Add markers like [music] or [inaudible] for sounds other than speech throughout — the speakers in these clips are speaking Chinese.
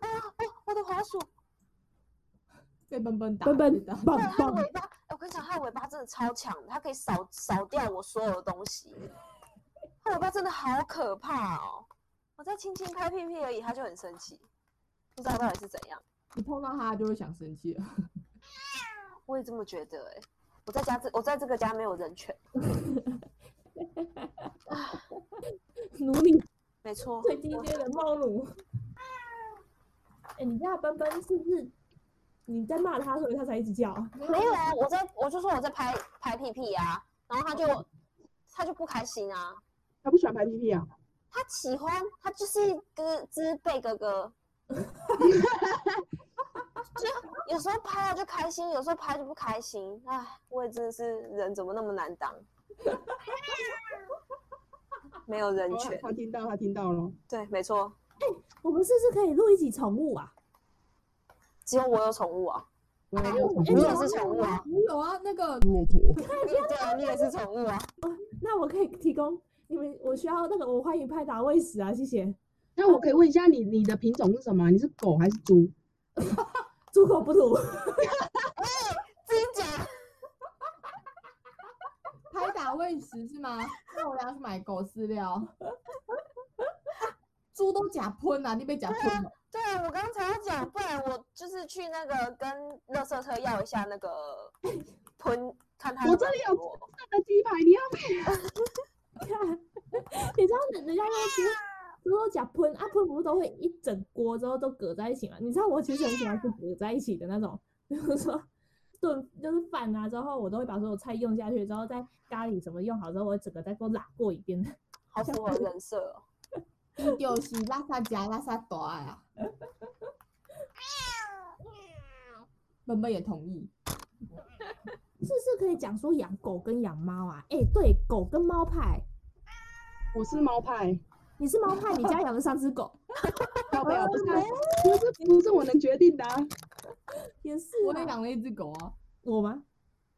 哎只哦滑鼠，被笨笨打，笨笨打，棒对，它的棒，尾巴，哎我跟你讲，它的尾巴真的超强，它可以扫扫掉我所有的东西。它尾巴真的好可怕哦！我在轻轻拍屁屁而已，它就很生气，不知道到底是怎样。你碰到它就会想生气了。我也这么觉得哎、我在家这我在这个家没有人权，奴隶没错，最低我阶的猫奴。哎、你家的奔奔是不是你在骂它，所以它才一直叫啊？没有啊，我在我就说我在拍拍屁屁啊，然后他就他就不开心啊，他不喜欢拍屁屁啊？他喜欢他就是一个只贝哥哥，就有时候拍了就开心，有时候拍就不开心，唉，我也真的是人怎么那么难当，没有人哦权，他听到，他听到了。对，没错，我们是不是可以录一集宠物啊？只有我有宠物啊，我也哎有宠你物也是宠物啊，我有啊，那个对啊，你也是宠物啊，那我可以提供你们，我需要那个，我欢迎拍打喂食啊，谢谢。那我可以问一下你，你的品种是什么？你是狗还是猪？猪口不吐，自己讲，拍打喂食是吗？那我俩去买狗 [laughs] 饲料。猪都假喷啊，你被假喷了。对啊，我刚才要讲，不然我就是去那个跟垃圾车要一下那个喷，看他我有这没里有给我那个鸡排你要看，你知道人人家那猪猪都假喷啊，喷不是都会一整锅之后都搁在一起嘛？你知道我其实很喜欢吃搁在一起的那种， [laughs] 比如说炖就是饭啊，之后我都会把所有菜用下去，之后再咖喱什么用好之后，我会整个再给我拉过一遍。好符合人设哦。伊就是拉萨加拉萨大啊。笨笨也同意。是不是可以讲说养狗跟养猫啊？哎、对，狗跟猫派，我是猫派，你是猫派，你家养了三只狗，宝贝，我不是啊，不是不是我能决定的、啊。也是 [laughs] 我也啊养了一只狗啊，我吗？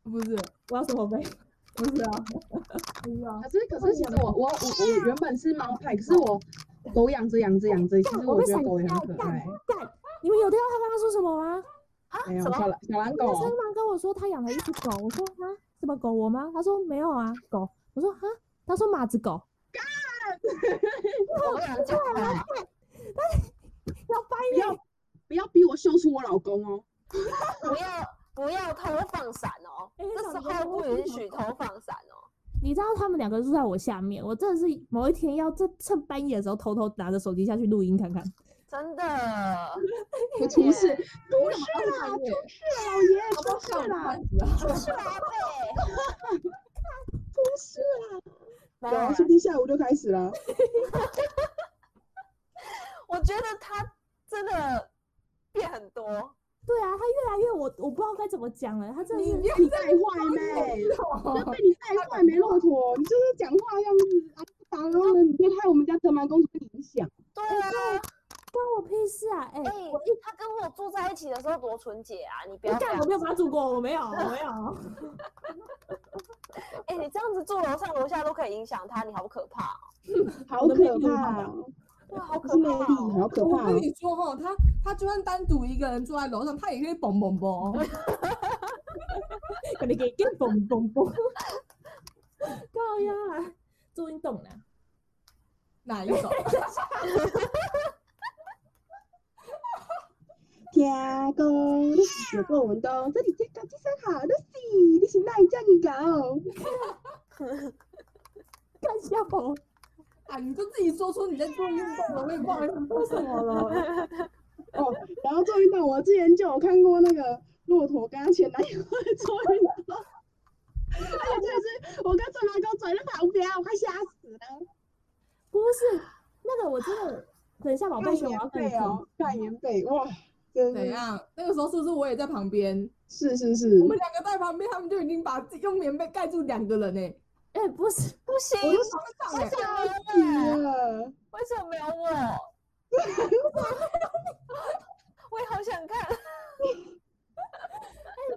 不 [laughs] 是，我要生活费，不是啊，不是啊。可是可是，其实我我我我原本是猫派，可是我狗养着养着养着，其实我我被觉闪得狗也掉很可爱。干！你们有听到他刚刚说什么吗？啊？没有什哎小么？蓝小他蓝常狗，哦常跟我说他养了一只狗，我说啊，什么狗我吗？他说没有啊，狗。我说啊，他说马子狗，我不想讲啊话。要掰不掉要不要逼我秀出我老公哦。不要不要投放闪哦，哎这小时刘候不我允是许投放闪哦。你知道他们两个住在我下面，我真的是某一天要这趁半夜的时候偷偷拿着手机下去录音看看。真 [laughs] 的，我出事，耶不是啦，半夜老爷，不笑是啦，是啊 [laughs] 阿贝。不是啦。没有然啦后，说不定啊下午就开始了。我觉得他真的变很多。对啊，他越来越我我不知道该怎么讲了，他真的你是你你带坏没？那被你带坏没骆驼，你就是讲话样子啊，然后呢，你就害我们家德玛公主被影响。对啊，关我屁事啊！哎、哎我一，他跟我住在一起的时候多纯洁啊！你不我要这干样我。没有把他住过，我没有，我没有。 [laughs] 哎，你这样子住楼上楼下都可以影响他，你好可怕哦！好可怕哦，哇，好不可是魅怕力，哦！好可我怕跟哦！你说哦，他他就算单独一个人坐在楼上，他也可以蹦蹦蹦。给你给给嘣嘣 [laughs] 嘣，高压啦，做运动啦。哪一种？ [laughs] 天公，你是有够文的哦，这里天高地上好，那是你是哪一家哦你搞？看下宝，啊，你就自己说出你在做运动了，我也 [laughs] 不好意思说什么了。哦，然后做运动，我之前就有看过那个骆驼跟她前男友在做 [laughs] 运动，而且哎真的是我跟郑南公转在旁边，啊我快吓死了，不是那个，我真的等一下宝贝盖熊，我要跟你棉被说，哦，盖棉被，哇，真怎啊的样？那个时候是不是我也在旁边？是是是我，们两个在旁边，他们就已经把自己用棉被盖住两个人呢、欸。哎、不是，不行，我就为说上欸来什么没有我？死啊了。为什么没有我？ [laughs] 我也好想看。哎、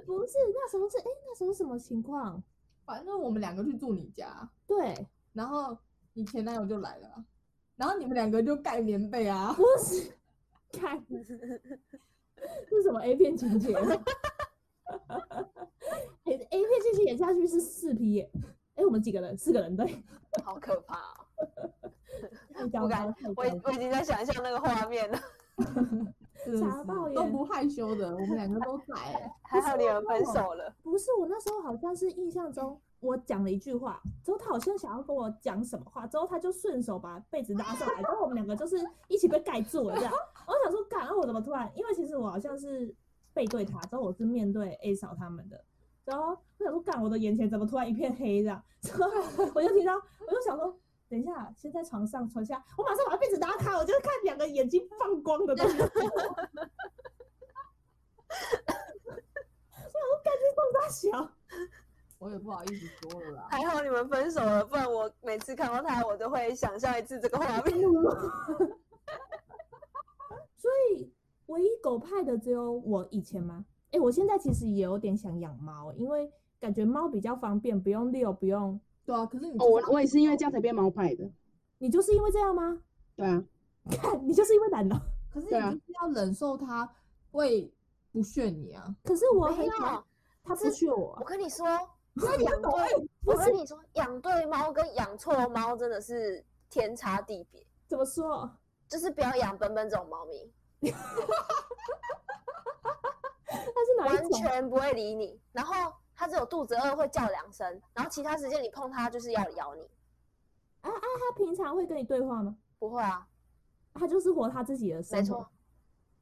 不是，那时候是哎、那时候是什么情况？反正我们两个去住你家，对，然后你前男友就来了啊，然后你们两个就盖棉被啊不。是，看，是什么 A 片情节？哎、a 片情节演下去是四 P 耶、哎、我们几个人？四个人对。好可怕、哦！太不糟敢糕，太我已糟糕我已经在想象那个 [laughs] 画面了。真傻爆是都眼不害羞的，我们两个都在欸。还好你们分手了，不是我那时候好像是印象中我讲了一句话，之后他好像想要跟我讲什么话，之后他就顺手把被子拉上来，然后我们两个就是一起被盖住了这样。我想说，干，啊我怎么突然？因为其实我好像是背对他，之后我是面对 A 嫂他们的。然后我想说，干，我的眼前怎么突然一片黑这样？ [laughs] 之后我就听到，我就想说，等一下，先在床上床下，我马上把被子拉开，我就看两个眼睛放光的东西。我想说，干这放大小。我也不好意思说了啊啦。还好你们分手了，不然我每次看到他，我都会想象一次这个画面。所以唯一狗派的只有我以前吗？哎、我现在其实也有点想养猫，因为感觉猫比较方便，不用遛，不用。对啊，可是你哦，我我也是因为这样才变毛派的，你就是因为这样吗？ [laughs] 对啊，看，你就是因为懒哦了。可是对啊你就是要忍受他会不屑你啊。可是我没很有，懒，它不是屑我我啊。跟你 [laughs] 说， [laughs] 养对，我跟你说，养对猫跟养错猫真的是天差地别。怎么说？哦就是不要养本本这种猫咪，它是哪一完种？全不会理你。然后它只有肚子饿会叫两声，然后其他时间你碰它就是要咬你。它平常会跟你对话吗？不会啊，它就是活它自己的生没活。错。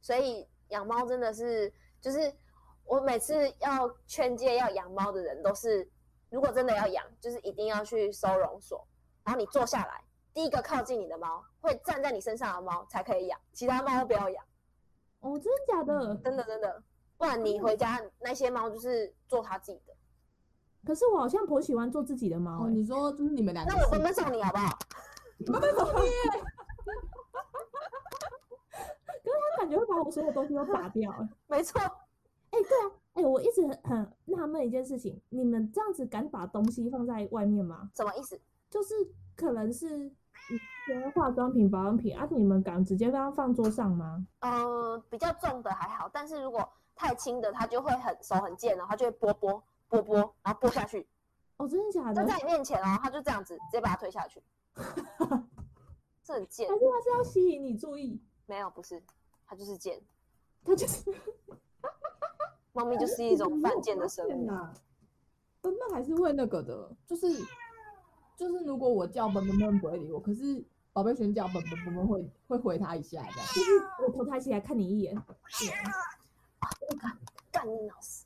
所以养猫真的是，就是我每次要劝诫要养猫的人，都是如果真的要养，就是一定要去收容所，然后你坐下来，第一个靠近你的猫会站在你身上的猫才可以养，其他猫都不要养，哦，真的假的？真的真的。嗯不然你回家那些猫就是做它自己的。可是我好像颇喜欢做自己的猫、哦，欸。你说就是你们两个那我分是分送你好不好？它感觉会把我所有东西都拔掉、欸。没错，哎、我一直很很纳闷一件事情，你们这样子敢把东西放在外面吗？什么意思？就是可能是一些化妆品、保养品啊，你们敢直接把它放桌上吗？呃，比较重的还好，但是如果太轻的，它就会很手很贱，然后它就会拨拨拨拨，然后拨下去，哦，真的假的？就在还你面前哦，它就这样子直接把它推下去，这很贱。是它是要吸引你注意？没有，不是，它就是贱。它就是 [laughs] 猫咪就是一种犯贱的生物。啊，笨笨还是会那个的，就是就是如果我叫笨笨笨不会理我，可是宝贝熊叫笨笨笨笨会会回他一下这样。就是我头抬起来看你一眼，干你老师！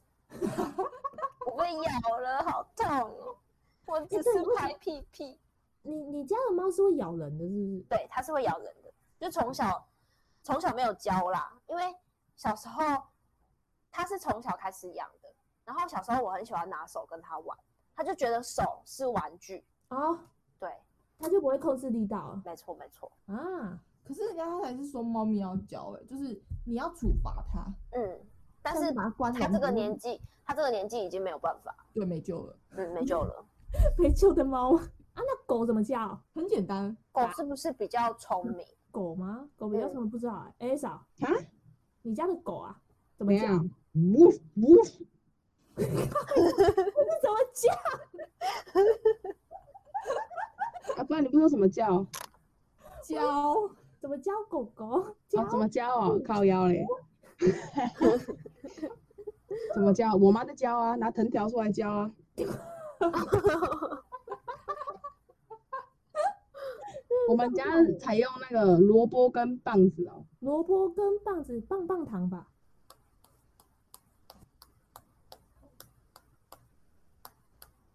我被咬了，好痛哦！我只是拍屁屁。你你家的猫是会咬人的，是不是？对，它是会咬人的，就从小从小没有教啦，因为小时候它是从小开始养的，然后小时候我很喜欢拿手跟它玩，它就觉得手是玩具，哦，对，它就不会控制力道没错没错，啊啊。 [laughs] 可是人家他还是说猫咪要教哎、就是你要处罚它，嗯，但像是把它关它笼这个子年纪，它这个年纪已经没有办法，对没救了，嗯，没救了。没救的猫啊，那狗怎么叫？很简单。狗是不是比较聪明？狗吗？狗比较什么不知道、欸？哎、嫂，啊，你家的狗啊， [laughs] 怎怎么么叫？样？呜呜，这怎么叫？啊，不然你不说怎么叫？教怎么教狗狗？啊教、哦，怎么教哦？靠 [laughs] 腰嘞？怎么教？我妈在教啊，拿藤条出来教啊。我们家采用那个萝卜跟棒子哦，萝卜跟棒子棒棒糖吧？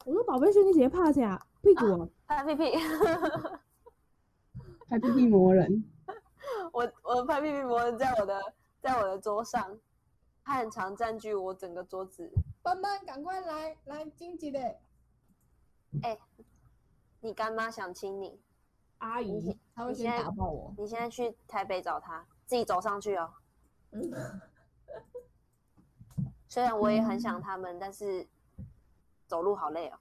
我说宝贝兄弟姐姐怕谁啊？屁股、哦拍屁屁， [laughs] 还不地魔人。我我的拍屁屁魔人在我的在我的桌上，它很常占据我整个桌子。笨笨赶快来来荆棘嘞，你干妈想亲你，阿你姨，他会你先现在打爆我。你现在去台北找他，自己走上去哦。虽然我也很想他们，但是走路好累哦，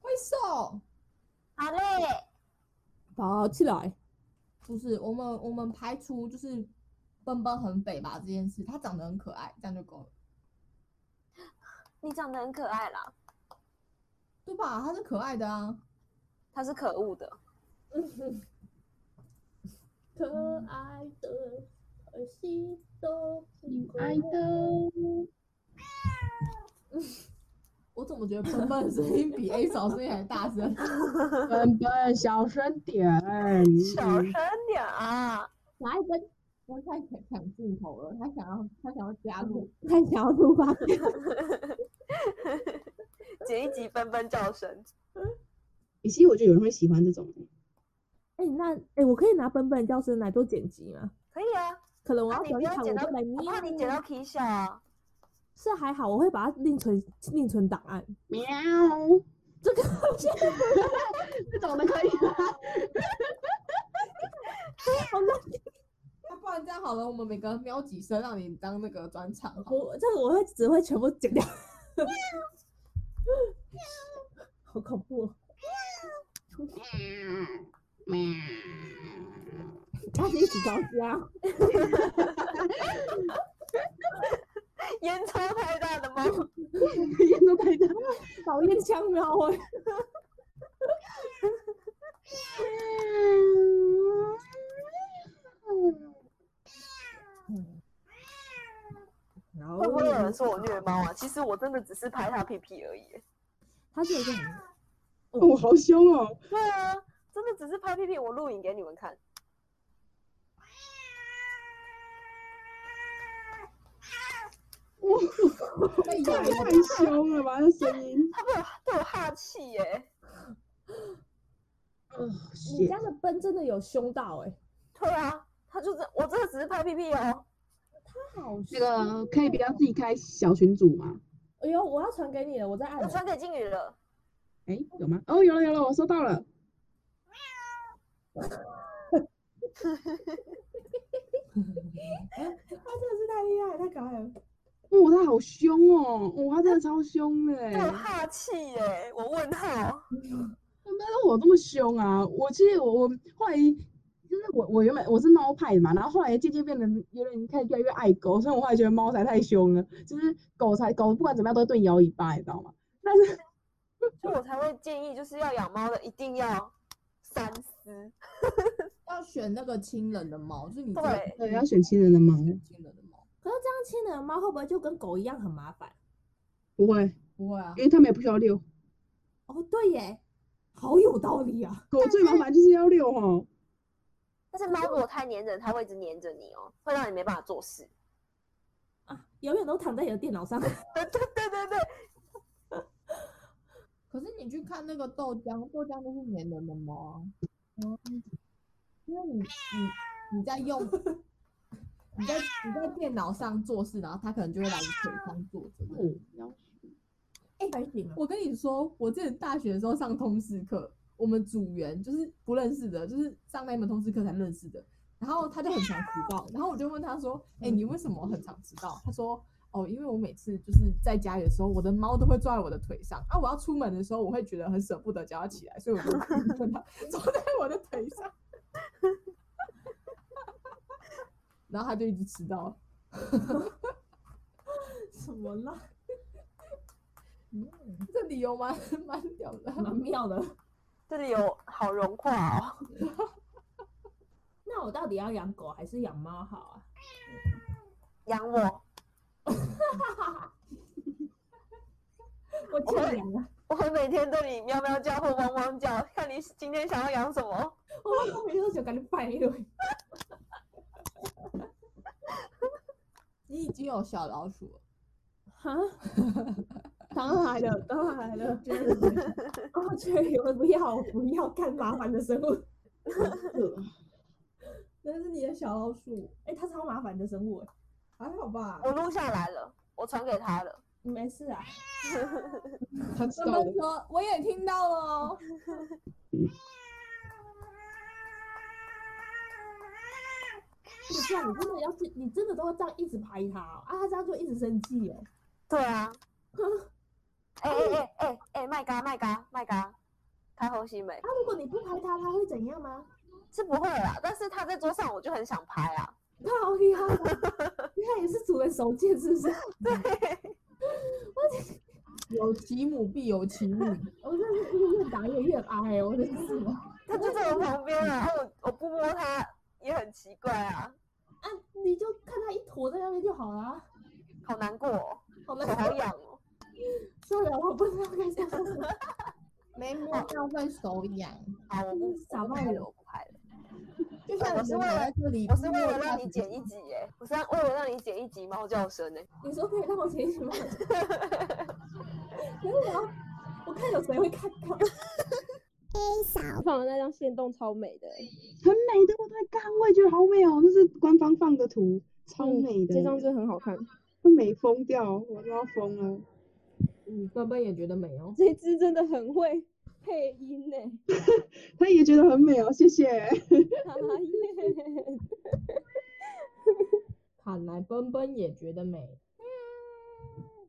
挥手，好累。跑起来！不是我们我们排除就是笨笨很北吧这件事，他长得很可爱，这样就够了，你长得很可爱啦，对吧？他是可爱的啊，他是可恶的。可爱的，可惜都不爱的，我怎么觉得笨笨的声音比 A 嫂声音还大声？笨笨，小声点。小声点啊！可爱笨， [laughs] 我太想抢镜头了，他想要他想要加入，太想要录吧。 [laughs] 剪一集纷纷叫声，其实我觉得有人会喜欢这种，哎、那哎、我可以拿本本教师来做剪辑吗？可以啊。可能我啊要你小不一要场，我剪到就来我捏。怕你剪到 K 笑啊。是还好，我会把它另存另存档案。喵，这个这种的可以吗？ [laughs] 那不然这样好了，我们每个人喵几声，让你当那个专场好了。我这个我会只会全部剪掉。 [laughs] 好恐怖、哦！喵，他是一起消失啊！ [laughs] 烟抽太大的猫，烟都太大。讨厌枪喵哎、然后会不会有人 [laughs] 说我虐猫啊？其实我真的只是拍它屁屁而已。他是有一个很我好凶哦！对啊，真的只是拍屁屁，我录影给你们看。哇，被咬太了，凶了吧，这声音。它对我 [laughs] 对我哈气耶、你家的奔真的有凶到哎、对啊，它就是我真的只是拍屁屁哦。好那个可以不要自己开小群组吗？哎呦，我要传给你了，我在按我了。传给金宇了，哎、有吗？哦，有了有了，我收到了。他真的是太厉害，太可爱了。哇，他好凶哦！哇，他真的超凶的哎！对我哈气耶、我问 [laughs] 号。但是我这么凶啊，我其实我我后来就是我我原本我是猫派的嘛，然后后来渐渐变得有点开始越来越爱狗，所以我后来觉得猫才太凶了，就是狗才狗不管怎么样都会对你摇尾巴，你知道吗？但是所以我才会建议，就是要养猫的一定要三思。要选那个亲人的猫，就是你对对要选亲人的猫，亲人的猫，可是这样亲人的猫会不会就跟狗一样很麻烦？不会，不会啊因，为它们也不需要遛，哦，对耶，好有道理啊！狗最麻烦就是要遛哦。但是猫如果太粘人，它会一直粘着你哦，会让你没办法做事。啊，永远都躺在你的电脑上。对对对对对，可是你去看那个豆浆，豆浆都是粘人的猫啊，因为你你你在用，你在你在电脑上做事，然后它可能就会来你腿上坐着。哦嗯，要哎，还行啊。我跟你说，我之前大学的时候上通识课，我们组员就是不认识的，就是上那一门通识课才认识的。然后他就很常迟到，然后我就问他说：“哎、你为什么很常迟到？”他说：“哦，因为我每次就是在家里的时候，我的猫都会坐在我的腿上啊，我要出门的时候，我会觉得很舍不得叫它起来，所以我就 [laughs] 让它坐在我的腿上。” [laughs] 然后他就一直迟到，什么啦？这理由蛮蛮屌的。蛮妙的。这里有好融化哦。那我到底要养狗还是养猫好 [laughs] 啊？养我，我就我会养啊，我会每天对你喵喵叫或汪汪叫，看你今天想要养什么。我我每天都想赶紧拜一堆。你已经有小老鼠了。哈，当然了，当然了，就是哦，去，我不要，我不要看麻烦的生物。那是你的小老鼠，哎、它超麻烦的生物欸，还好吧？我录下来了，我传给他了。 [laughs] 没事啊。他知他道们的。说我也听到了哦， [laughs] 你这样，你真的要去，你真的都会这样一直拍它、哦、啊，它这样就一直生气哦。对啊，哎哎哎哎哎，麦嘎麦嘎麦嘎，开后西美，啊，如果你不拍它，它会怎样吗？是不会啦，但是他在桌上，我就很想拍啊。他好厉害 [laughs] 哦，你看也是主人手贱是不是？有其母必有其母，我真的是越打越越哀哦，我真是 [laughs] 的。他就在我旁边啊，啊我我不摸他也很奇怪啊，啊，你就看他一坨在那边就好啊啦。好难过、哦，好手了，好痒哦。算了，我不知道该说什么。 [laughs] 没摸到会手痒。好，我不傻我不帽拍子了，我不拍了。就像我你是为们躺了在这里，我是为了摸到让你手剪一集耶、我是为了让你剪一集猫叫声呢、你说可以让我写什 [laughs] 么？可是我要，我看有谁会看到。放的那张线动超美的欸，很美，对不对？干，我也觉得好美哦，那是官方放的图，超嗯美的，这张真的很好看。都美疯掉，我都要疯了。嗯，笨笨也觉得美哦。这只真的很会配音呢、他也觉得很美哦，谢谢。哈哈耶！看来笨笨也觉得美。